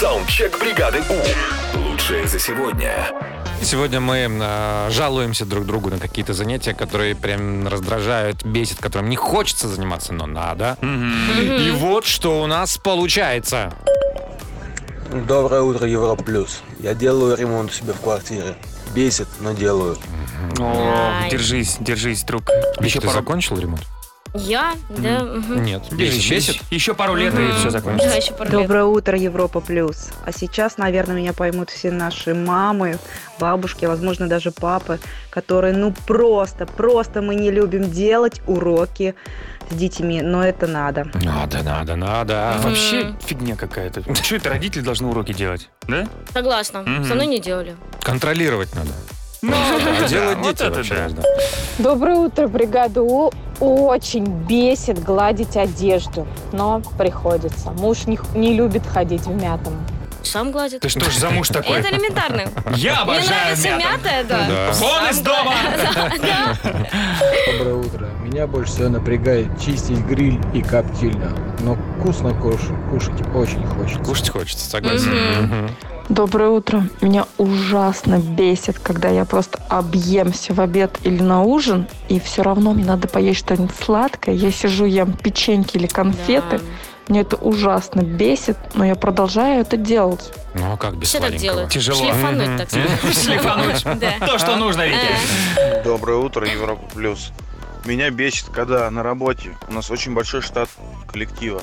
Саундчек бригады У. Лучшее за сегодня. Сегодня мы э, жалуемся друг другу на какие-то занятия, которые прям раздражают, бесит, которым не хочется заниматься, но надо. И вот что у нас получается. Доброе утро, Европа Плюс. Я делаю ремонт у себя в квартире. Бесит, но делаю. О, Ай. держись, держись, друг. Еще ты закончил ремонт? Я? Да. мгм. Нет. Еще, Бесит? еще пару лет, и все закончится. Да, еще пару лет. Доброе утро, Европа Плюс. А сейчас, наверное, меня поймут все наши мамы, бабушки, возможно, даже папы, которые, ну, просто, просто мы не любим делать уроки с детьми, но это надо. Надо, надо, надо. Мгм. А, Вообще фигня какая-то. Че это родители должны уроки делать? Да? Согласна. Мгм. Со мной не делали. Контролировать надо. Ну, А делать вот дети это вообще да. должны. Доброе утро, бригада У. Очень бесит гладить одежду, но приходится. Муж не, х- не любит ходить в мятом. Сам гладит. Ты что ж за муж такой? Это элементарно. Я Мне обожаю нравится мяту. мятая, да. Да. Вон из дома! Доброе утро. Меня больше всего напрягает чистить гриль и коптильню. Но вкусно кушать, кушать очень хочется. Кушать хочется, согласен. Мгм. Мгм. Доброе утро. Меня ужасно бесит, когда я просто объемся в обед или на ужин, и все равно мне надо поесть что-нибудь сладкое. Я сижу, ем печеньки или конфеты. Да. Мне это ужасно бесит, но я продолжаю это делать. Ну а как без Все так сладенького? делают. Тяжело. Шлифануть Мгм. так сказать. Шлифануть. Да. То, что нужно, Витя. Доброе утро, Европа Плюс. Меня бесит, когда на работе у нас очень большой штат коллектива.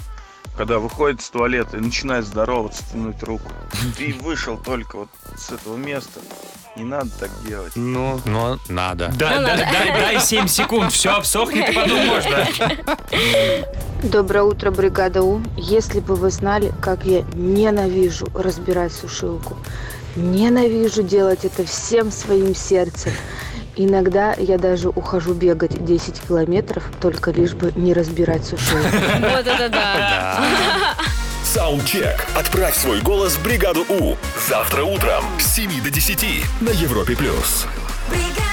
Когда выходит с туалета и начинает здороваться, тянуть руку. Ты вышел только вот с этого места. Не надо так делать. Ну, Но надо. да, да, Ну, надо. дай, дай 7 секунд, все обсохнет, и подумаешь, да. Доброе утро, бригада У. Если бы вы знали, как я ненавижу разбирать сушилку. Ненавижу делать это всем своим сердцем. Иногда я даже ухожу бегать 10 километров, только лишь бы не разбирать сушилку. Э, Вот это да. Саундчек. Отправь свой голос в бригаду У. Завтра утром с 7 до 10 на Европе+. плюс. бригада.